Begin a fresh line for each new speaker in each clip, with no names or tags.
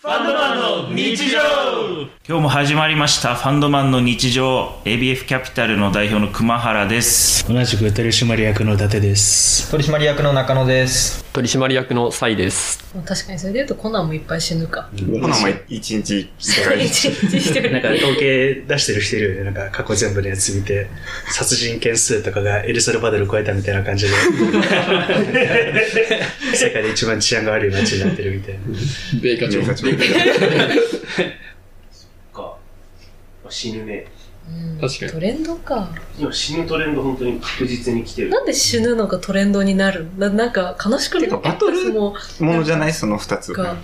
ァンドマンの日常
今日も始まりましたファンドマンの日常 ABF キャピタルの代表の熊原です
同じく取締役の伊達です
取締役の中野です
取締役のサイです
確かにそれで言うとコナンもいっぱい死ぬか。
ほなもう一日一回
一日してく
なん
れ
か統計出してる人いるよねなんか過去全部のやつ見て殺人件数とかがエルサルバドル超えたみたいな感じ で世界で一番治安が悪い街になってるみたいな
米課長
米花町
か。死ぬね。
うん
確かに
トレンドか。
今死ぬトレンド本当に確実に来てる。
なんで死ぬのがトレンドになるななんか悲しくな
てか
い
バトル
も
ものじゃないその二つ
か、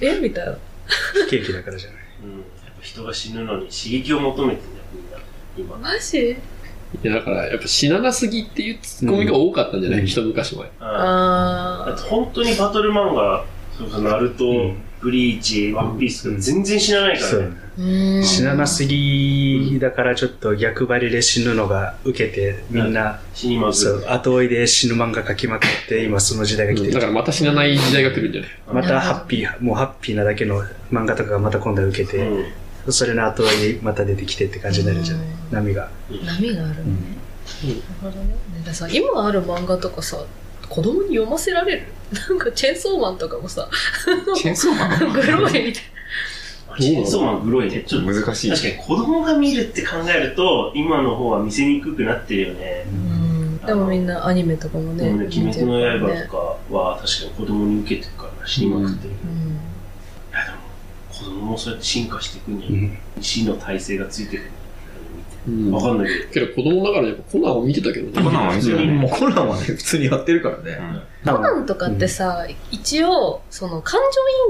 えみたいな。
不景気だからじゃない
うん。やっぱ人が死ぬのに刺激を求めてんだよ、みんな。今。
マジ
いやだからやっぱ死ななすぎっていうツッコミが多かったんじゃない、一昔前
ああ。だっ
あ
て本当にバトル漫画、そうそう、ナルト、
うん
ブリーチ、ワンピースが全然死なないか
そ
ら
う
ね。
ーうん。
死ななすぎだからちょっと逆張りで死ぬのが受けてみんな、
死にま
そ
ず
う後追いで死ぬ漫画描きまくって今その時代が来てる
だからまた死なない時代が来るんじゃない
ら
またハッピーもうハッピーなだけの漫画とかがまた今度は受け
い。う
て、
ん。
それの後追いにまた出てきてって感じになるじゃない波が
波があるのね。
うん
なるほどね。なんかさ、今ある漫画とかさ、子供に読ませられるなんかチェーンソーマンとかもさ、
チェーンソーマン
グロいみたいな。
チェーンソーマングロいね。ちょっと
難しい
確かに子供が見るって考えると、今の方は見せにくくなってるよね。
うんでもみんなアニメとかも
で
ね、
もね、
見て
鬼
る
滅の
からね
刃とかは確かに子供に受けてるから死にまくってる。
うん
いやでも子供もそうやって進化していくんじゃ
う
ない
ん
死の体制がついてくる
うん
わかんないけど
けど子供だからやっぱコナンを見てたけどね
コナンは見てたね
う
もうコナンはね普通にやってるからね
コナンとかってさ、一応、その、感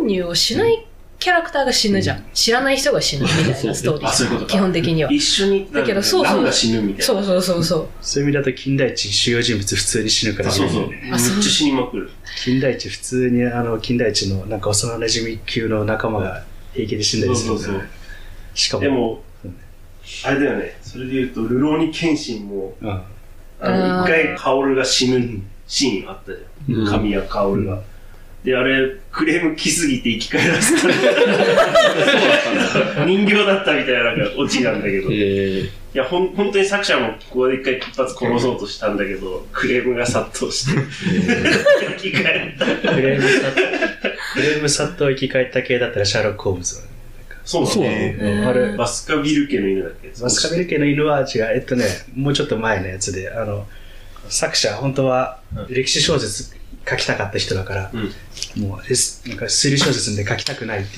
情移入をしないキャラクターが死ぬじゃん。知らない人が死ぬみたい
そ
な
う
ストーリ
あそういうこと
ー。
か
基本的には。
一緒に行った
だけどそうそう
ランが死ぬみたいな
そうそうそうそう。
そういう意味だと金田一主要人物普通に死ぬから
そうそうめっ
ね
ちゃ死にまくる
金田一普通にあの金田一のなんか幼馴染級の仲間が平気で死んだ
そう
りす
そ
る
うそう
しかも
でも
そうね
あれだよねそれで言うと流浪に剣心も
うん、
あの
あー
一回薫が死ぬシーンあったじゃ
うんん
神谷薫がであれクレーム来すぎて生き返らせ た人形だったみたいななんかオチなんだけど
えー、
いや、ほん、本当に作者もここで一回一発殺そうとしたんだけど、クレームが殺到して、 生き返った。
フレームサッフレームサットを生き返った系だったらシャーロック・ホームズはね
そうな
そうなの、
ね。
あれ
バスカビル家の犬だっけ
マスカベル家の犬は違う、えっとね、もうちょっと前のやつで、あの、作者、本当は歴史小説書きたかった人だから、もう、えすなんか推理小説で書きたくないって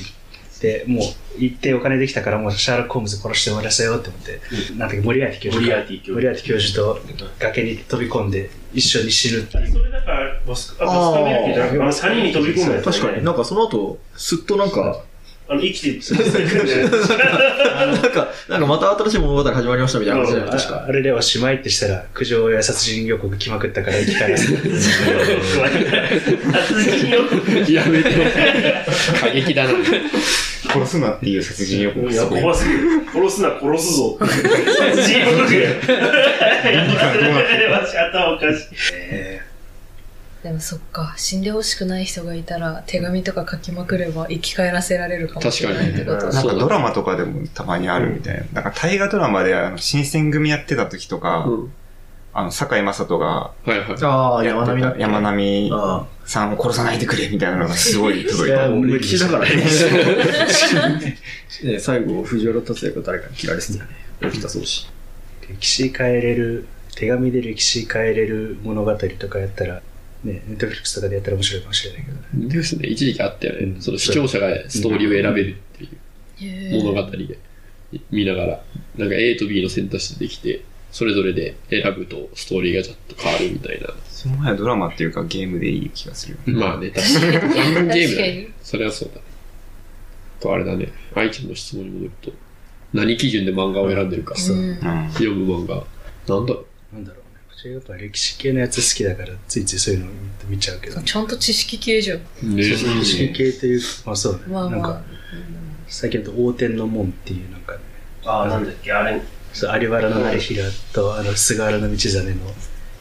言って、もう、一定お金できたから、もうシャーロック・ホームズ殺して終わらせようって思って、なんだっけ、モリアーティ教授
モリ
か
アーティ教授
モリアーティ教授と崖に飛び込んで、一緒に死ぬっていう。
それだから、バスカ、あバスカビル家じゃなくて、あの、サニーに飛び込むやつ、ね。
確かに。なんかその後すっとなんか
あの、生きてる。そう
なんかなんかまた新しい物語始まりましたみたいな感じだよね
あ
確か
あれでおしまいってしたら、苦情や殺人予告来まくったから生き返らせ る。
殺人よ。
やめて過激だな
殺すなっていう殺人予告
いや、怖すぎる。殺すな、殺すぞ。殺人よ。頭おかしい。
でもそっか、死んでほしくない人がいたら、手紙とか書きまくれば生き返らせられるかもしれないってこと
確
だ
なんかドラマとかでもたまにあるみたいな。なんか大河ドラマであの新選組やってた時とか、
うん
あの、堺雅人が
はいはい
ああ
や
山
って
並みだったけ
山並
あ
さんを殺さないでくれみたいなのがすごい
い
届い
や
た。
もう歴史だからね ね最後藤原竜也が誰かに切られてたよね起きたそうし
歴史変えれる手紙で歴史変えれる物語とかやったらねネットフリックスとかでやったら面白いかもしれないけどね
ですね一時期あったよね、
うん
その視聴者がストーリーを選べるっていう物語で見ながら、なんか A と B の選択肢でできて、それぞれで選ぶとストーリーがちょっと変わるみたいな。
その前はドラマっていうかゲームでいい気がする。
まあね、確かに。半分ゲームだ
確
ね。それはそうだね。あとあれだね、愛ちゃんの質問に戻ると、何基準で漫画を選んでるか、
うん
うん。
読む漫画、なんだろ
なんだろうねこっちやっぱ歴史系のやつ好きだからついついそういうの見ちゃうけど、
ちゃんと知識系じゃん。
う。ね
歴史系というまあそうね、
まあ
なん
まあ
か。最近だと「応天の門」っていうなんかね
あー、なんだっけ、あれ。
そう有原の成平とあの菅原道真の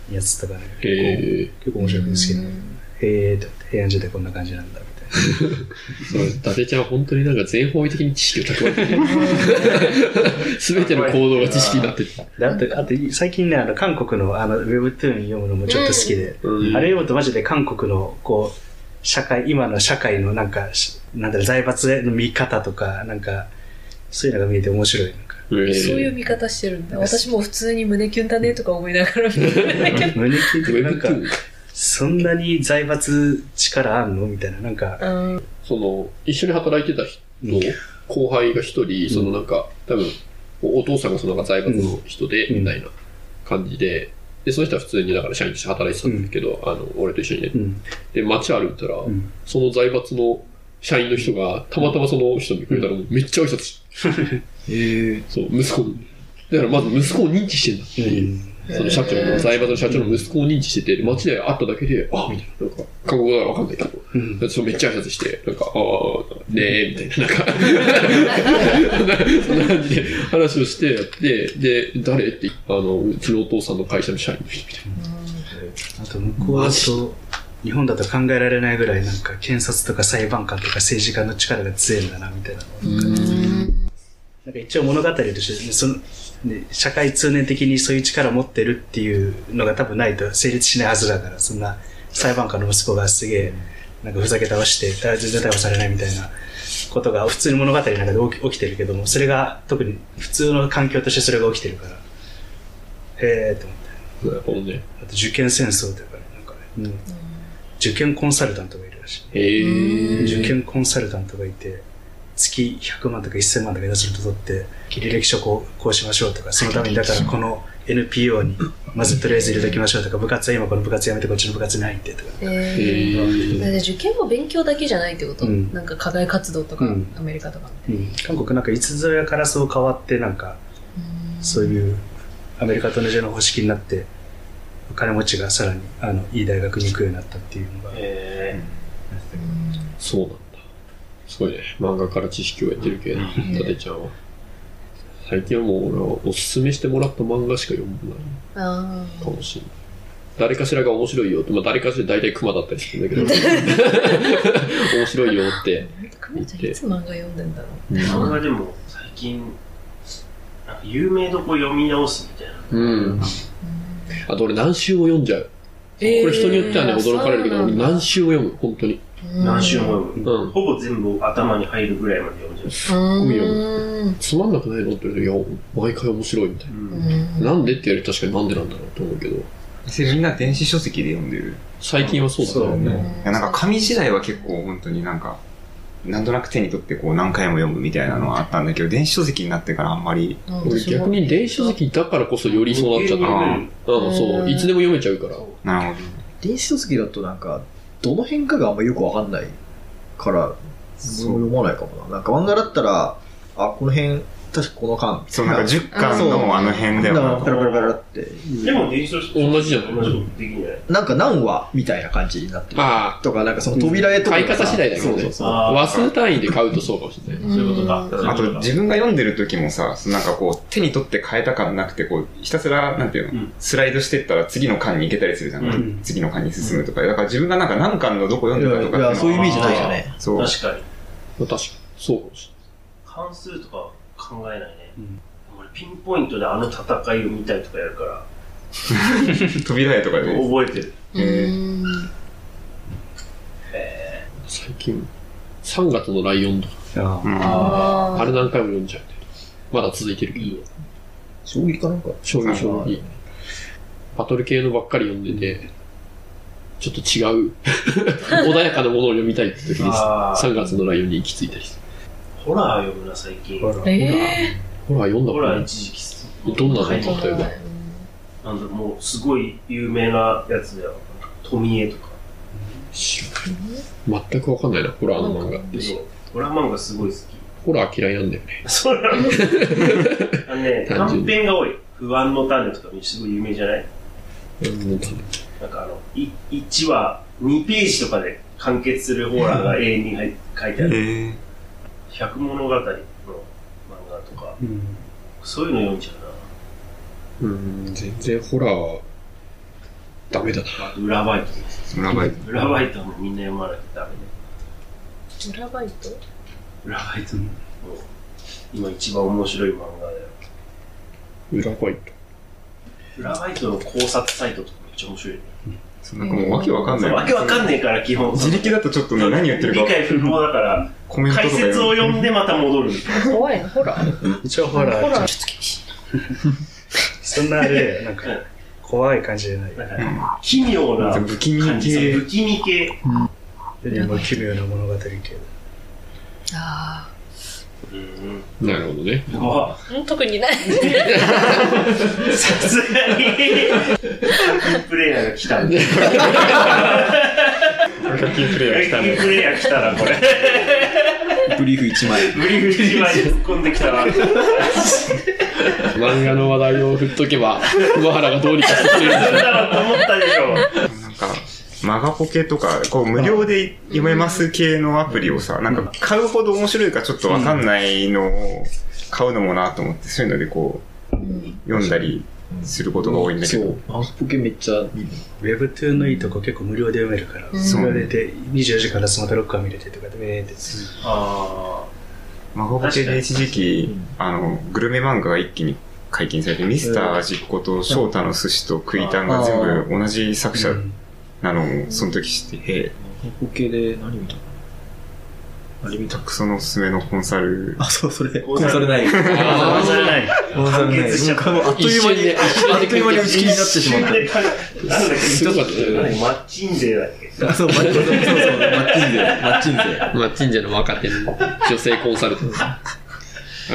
やつとかね
へ
結構結構面白いんですけど
う
へ
ん
えって思って平安時代こんな感じなんだみたい
そう、伊達ちゃんは本当になんか全方位的に知識を蓄えて る。すべての行動が知識になってて。
であと、あと、最近ね、あの、韓国の、あの、Webtoon 読むのもちょっと好きで、
うん
あれ読むとマジで韓国の、こう、社会、今の社会のなんか、しなんだろう、財閥への見方とか、なんか、そういうのが見えて面白い。なんか
そう
そうい
う。
う見方してるんだ。私も普通に胸キュンだねとか思いながら見てるんだけど。
胸キュン
ウ
と
ェブ
か、
トゥ
なんか、
ー
そんなに財閥力あんのみたいな、なんか、
うん。
その、一緒に働いてた人、後輩が一人、そのなんか、多分、お父さんがそのなんか財閥の人で、
うん
みたいな感じで、で、その人は普通にだから社員として働いてたんだけど、あの、俺と一緒にね
う。ん。
で、街歩いたら、
うん
その財閥の社員の人が、たまたまその人見くれたら、めっちゃ挨拶し
え
そう、息子に。だからまず息子を認知してんだって
う
いう。
ん
その社長の、財閥の社長の息子を認知してて、街で会っただけで、あみたいな、なんか、韓国語だからわかんないけど、
うん
そうめっちゃ挨拶して、なんか、ああ、ねえ、みたいな、なんか、 そんな感じで話をしてやって、で、誰って、あの、うちのお父さんの会社の社員の人みたいな。
あと向こうだと日本だと考えられないぐらいなんか検察とか裁判官とか政治家の力が強いんだなみたいななんか一応物語として、ね、そのね社会通念的にそういう力を持ってるっていうのが多分ないと成立しないはずだからそんな裁判官の息子がすげえなんかふざけ倒してだ全然逮捕されないみたいなことが普通に物語の中で起き起きてるけどもそれが特に普通の環境としてそれが起きてるからへえと思って。
なるほどね。
あと受験戦争というかね、なんかね、受験コンサルタントがいるらしい。
へえ。
受験コンサルタントがいて、月100万とか1000万とか出すると取って、履歴書こうこうしましょうとか、そのためにだからこの NPO にまずとりあえず入れときましょうとか、部活は今この部活やめてこっちの部活に入ってとか。
へ
えー、
え。
だって受験も勉強だけじゃないってこと、
うん
なんか課外活動とか、
うん
アメリカとか
うん、韓国なんかいつぞやからそう変わって、なんかそういうアメリカと同じような方式になって、お金持ちがさらにあのいい大学に行くようになったっていうのが。
え
そうなんだ。すごいね。漫画から知識を得てるけど、伊達ちゃんは。最近はもう俺はおすすめしてもらった漫画しか読んでない。
あー
かもしれない。誰かしらが面白いよって、まあ、誰かしら大体クマだったりするんだけど、 面白いよって。
くまちゃんいつ漫画読んでんだろう
ー、それがでも最近、なんか有名どこ読み直すみたいな。
うん。あと俺何週も読んじゃう。
こ
これ人によってはね、驚かれるけど、俺何週も読む、本当に。
何週も読む、
うん
ほぼ全部頭に入るぐらいまで読んじゃう。
すご
いよ
うん
つまんなくないのって言われて、いや、毎回面白いみたいな。なんでって言われて確かになんでなんだろうと思うけど、
それみんな電子書籍で読んでる。
最近はそうだ
そう
な。
ね。いやなんか紙時代は結構本当になんか、なんとなく手に取ってこう何回も読むみたいなのはあったんだけど、電子書籍になってからあんまり、
うん
俺
私も
逆に電子書籍だからこそよりそうなっちゃった。
うん
うん、そう。いつでも読めちゃうから。
なるほ
電子書籍だとなんか、どの辺かがあんまよくわかんないから、
そう
読まないかもな。なんか漫画だったら、あ、この辺、確かこの間、
ど。そう、なんか10
あ
巻
そう
のあの辺だよ
なん
な
かペラペラペラって、
でも電子書籍
同じじゃない
同じことできない。
なんか何話みたいな感じになってる。
あ
とか、なんかその扉へとかさ。
買い方次第だけどね
そうそうそう。
あ、
あ
話数単位で買うとそうかもしれない。
ーそういうことか。そういう
あ
ことか
自分が読んでる時もさ、なんかこう手に取って変えた感なくて、こうひたすら、なんていうの、
うん
スライドしてったら次の巻に行けたりするじゃん。
うん
次の巻に進むとか。だから自分がなんか何巻のどこ読んでたと
い
か
や、
って
そう
いう
いう
の
イ
は
メージないよね。
そう。
確かに。
まあ確かに。そうかもし
関数とか考えないね。
うん
俺ピンポイントであの戦いを見たいとかやるから、
扉絵とかで。
覚えてる。
えー
うん
れない。最近、3月のライオンとか、
あ
うん
あ
あ
れ何回も読んじゃうね。まだ続いてるけど、
将棋かなんか。
将棋将
はい
棋。バトル系のばっかり読んでて、ちょっと違う、 穏やかなものを読みたいって時に、
あー
3月のライオンに行き着いたりする。
ホラー読むな、最近。
ほ
ホ
ら
ーえ
ほら、読んだこ
ラ
と
ー
ない。
一時期。
どんなの
書いて
ー
例えば
なんだろうもうすごい有名なやつだよ。富江とか。
知らない全くわかんないな、ホラーの漫画。
そうホラー漫画すごい好き。
ホラー嫌いなんだよね。
そうなの あのね、
単純
短
に
編が多い。不安の種とかすごい有名じゃない
うん
なんかあの、い1話、2ページとかで完結するホラーが永遠に入っ書いてあ
え
る。
ー
百物語の漫画とか、
うん
そういうの読んじゃ
うん、全然ホラーは、ダメだな。
うな。あと裏バイト。
やばい。
裏バイトはもうみんな読まなきゃダメ
裏バイト
裏バイトの今一番面白い漫画だよ
裏バイト。
裏バイトの考察サイトとかめっちゃ面白いよね
そうなんかもうわけわかんない。
わけわかんねえから基本
自力だとちょっとね、何言ってるか
理解不能だから
コメントと
解
か
説を読んでまた戻るみたいな
怖いのホラー
一応ほら
ホラー
そんなあれなんか怖い感じじゃない
なんか奇妙な
不気味
感じ
系
そう不気味系
でも奇妙な物語系
あ
うん
なるほど ね。
あ
あ
特にない
さすがにプレイヤーが来たんで
ガキプレイヤー来たね。
プレイヤー来たなこれ
ブリーフ1枚。
ブリーフ一枚突っ込んできたな
漫画の話題を振っとけば、野原がどうにかしてくれるんだ
なんだろうと思ったでしょ
なんか、マガポケとか、こう無料で読めます系のアプリをさ、なんか買うほど面白いかちょっとわかんないのを買うのもなと思って、そういうのでこう、読んだりすることが多いんだけ
そ
ど
う。、アンポケめっちゃ見る。
で Webtoon のいいとこ結構無料で読めるから
うん
無料でで24時間らスマートロックは見れてとかでねって
あ
マガポケで一時期、あの、グルメ漫画が一気に解禁されて、ミスター味っ子と翔太の寿司とクイタンが全部同じ作者
うん
なのを、その時知って、へえ
アンポケで何見たのあれ見た
たくそのおすすめのコンサル、
あ、そう、それ。
コン
コン
サ
サ
ル
ルない。
あ
あ
それない
コンサル
完
ない。
結しちゃ
も
っ
う
た
かもあっという間に、
一瞬で
あっという間に打ち切りになってしま
一
っ
瞬で完結なんだっけ
すごかったよね
何マッチンデーだっけ
た。あそう、マッチンゼ。そうそう、マッチンゼ。マッチンゼ。
マッチンジェの若手の女性コンサルタント。あ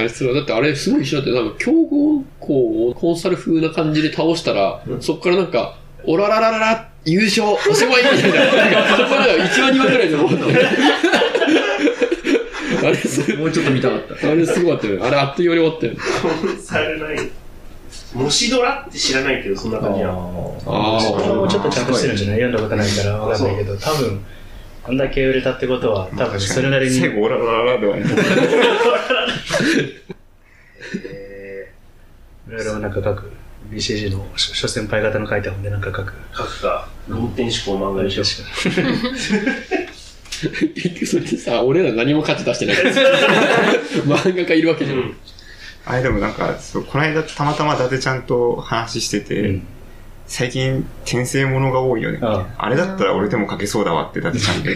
れすごい、だってあれすごい一緒だって、多分強豪校をコンサル風な感じで倒したら、そっからなんか、おららららら、優勝、おしまいみたいな。なんかそこまでは1話2話ぐらいで思った。あれす
もうちょっと見たかった。
あれすごかったよね。あれあっという間に終わったよね。
コンサルないもしドラって知らないけどそんな感じなの
あ
そこ
ー
もちょっとちゃんとしてるんじゃない読んだことないからわかんないけど多分あんだけ売れたってことは多分それなりに
最後、オララララではね。
え
いろいろなんか書く BCG の諸諸先輩方の書いた本でなんか書く
ー書くか論点思考漫画でしょ
結局それでさ、俺ら何も価値出してないから。漫画家いるわけじゃん。
うん
あれでもなんか、そうこの間たまたま伊達ちゃんと話してて、
うん
最近転生ものが多いよね。
あ
あれだったら俺でも書けそうだわって伊達ちゃんで。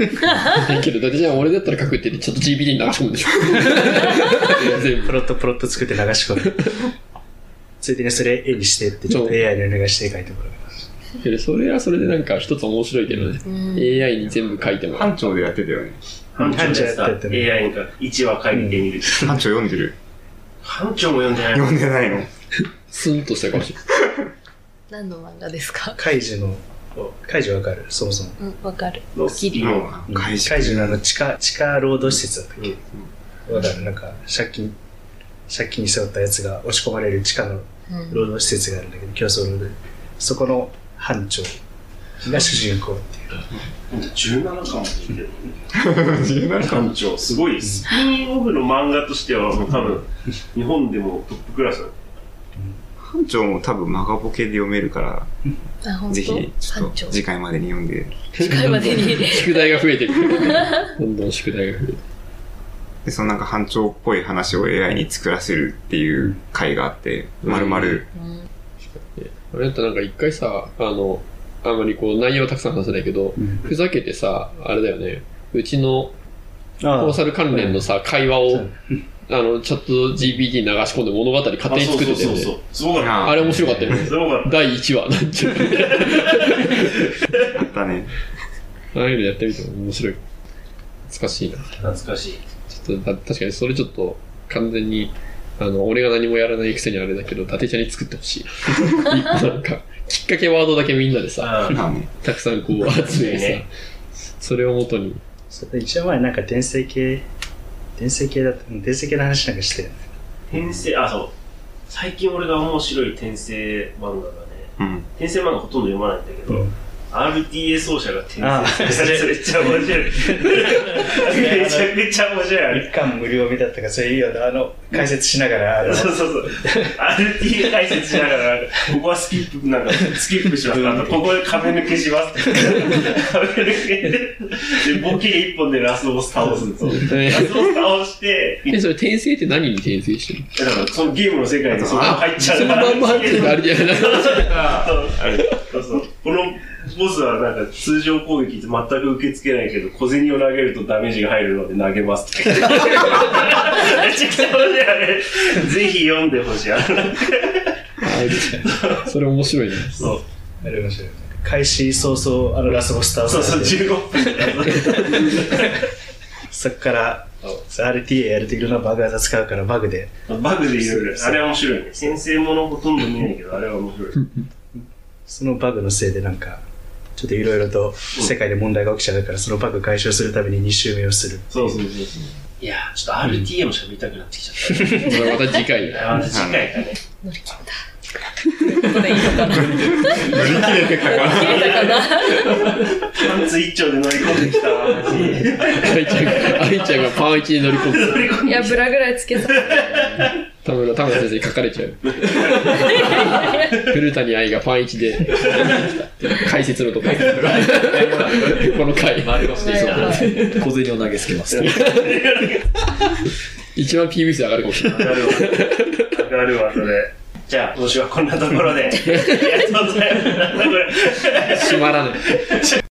けど、だってじゃあ俺だったら書くって言って、ちょっと GPT に流し込むでしょ。全部
プ。ロットプロット作って流し込むついでにそれ絵にしてってちょっと
そう
AI にお願いして書いてもらう
けど、それはそれでなんか一つ面白いけどね。
うん
AI に全部書いてもらう。
班長でやってたよね。
班長のやつだ
班長やってる
AI が1話書いてみる
班長読んでる。
班長も読んでない
読んでないの。
スンとしたかもしれない。
何の漫画ですか
カイジのカイジわかるそもそも
うんわかる
ロッキリ
も
の
う、怪
カイジ
獣
のあの地下地下労働施設だったっけ、
うん
わかるなんか借金借金背負ったやつが押し込まれる地下の
うん
労働施設があるんだけど競争労働そこの班長が主人公っていう
ほんと17巻も出てる
17
班長すごいスピンオフの漫画としてはもう多分日本でもトップクラスだ
班長も多分マガボケで読めるか
あ本
ら、ぜひ、
当班
ちょっ
長
と次回までに読んで。
次回までに
宿題が増えてくる。どんどん宿題が増えてくる。
で、そのなんか班長っぽい話を AI に作らせるっていう回があって、
うん
まるまる
うん
俺だったらなんか一回さ、あの、あんまりこう内容はたくさん話せないけど、ふざけてさ、あれだよね。うちのコンサル関連のさ、会話を
そう、
あの、チャット GPT に流し込んで物語勝手に作ってたよ
そうそう
ね
そう。そうすごかった
あ
あれ面白かったよね
す。ごかった
第1話。なんちゅうの
あったね。
ああいうのやってみても面白い。難しいな。
懐かしい
ちょっと、だ確かにそれちょっと、完全に、あの、俺が何もやらないくせにあれだけど、伊達ちゃんに作ってほしい。 なんか、きっかけワードだけみんなでさ、
あー
まあね。
たくさんこう集めて
いい
さ
ね、
それをもとに。
それ一応前なんか転生系転生系だったうん転生系の話なんかして
転生あそう最近俺が面白い転生漫画がね
うん。
転生漫画ほとんど読まないんだけど、
うん
あ RTA 奏者が転
ああ
生それめっちゃ面白い。めちゃめちゃ面白い、あれ。
一巻無料見だったから、それいいよな。あの、解説しながら、あの
そうそうそう。RTA 解説しながら、ここはスキップ、なんか、スキップします。あと、ここで壁抜け します。壁抜けで、ボケ一本でラスボス倒すんですよ
え
ラスボス倒して、
え、それ転生って何に転生してるの
だから、そのゲームの世界にそのまま入っちゃう
そのまんま入ってるのあれじゃない
そうそうこのボスはなんか通常攻撃って全く受け付けないけど小銭を投げるとダメージが入るので投げます ってめちゃくちゃ面白いあれぜひ読んでほしいあの
それ面白いね。
そう
あれ面白い。開始早々、あの、ラスボス倒
そうそ
さ
う
れて、
15分
そこから、RTA やるといろんなバグ技使うから、バグで。
バグでいろいろあれは面白いね先生ものほとんど見ないけどあれは面白い
そのバグのせいでなんか、ちょっといろいろと世界で問題が起きちゃうから、そのバグ解消するために2周目をする。
そうそうそうそういやーちょっと RTA も喋りたくなってきちゃっ
それまた次回
た、あまた次回かね
乗り切った。ということでいいのかな乗り
乗り切れてたか
切れたかな
パンツ一丁で乗り込んできたわ私
愛ちゃんが、愛ちゃんがパン一に乗り込む。
いや、ブラぐらいつけた。
田村、田村先生に書かれちゃう。古谷愛がパン一で、解説のとこ。この回。
小銭を投げつけます。
一番 PV 数上がるかもしれない。
なるわ。なるわ、それ。じゃあ、今週はこんなところで。ありがとうございます。
閉まらない。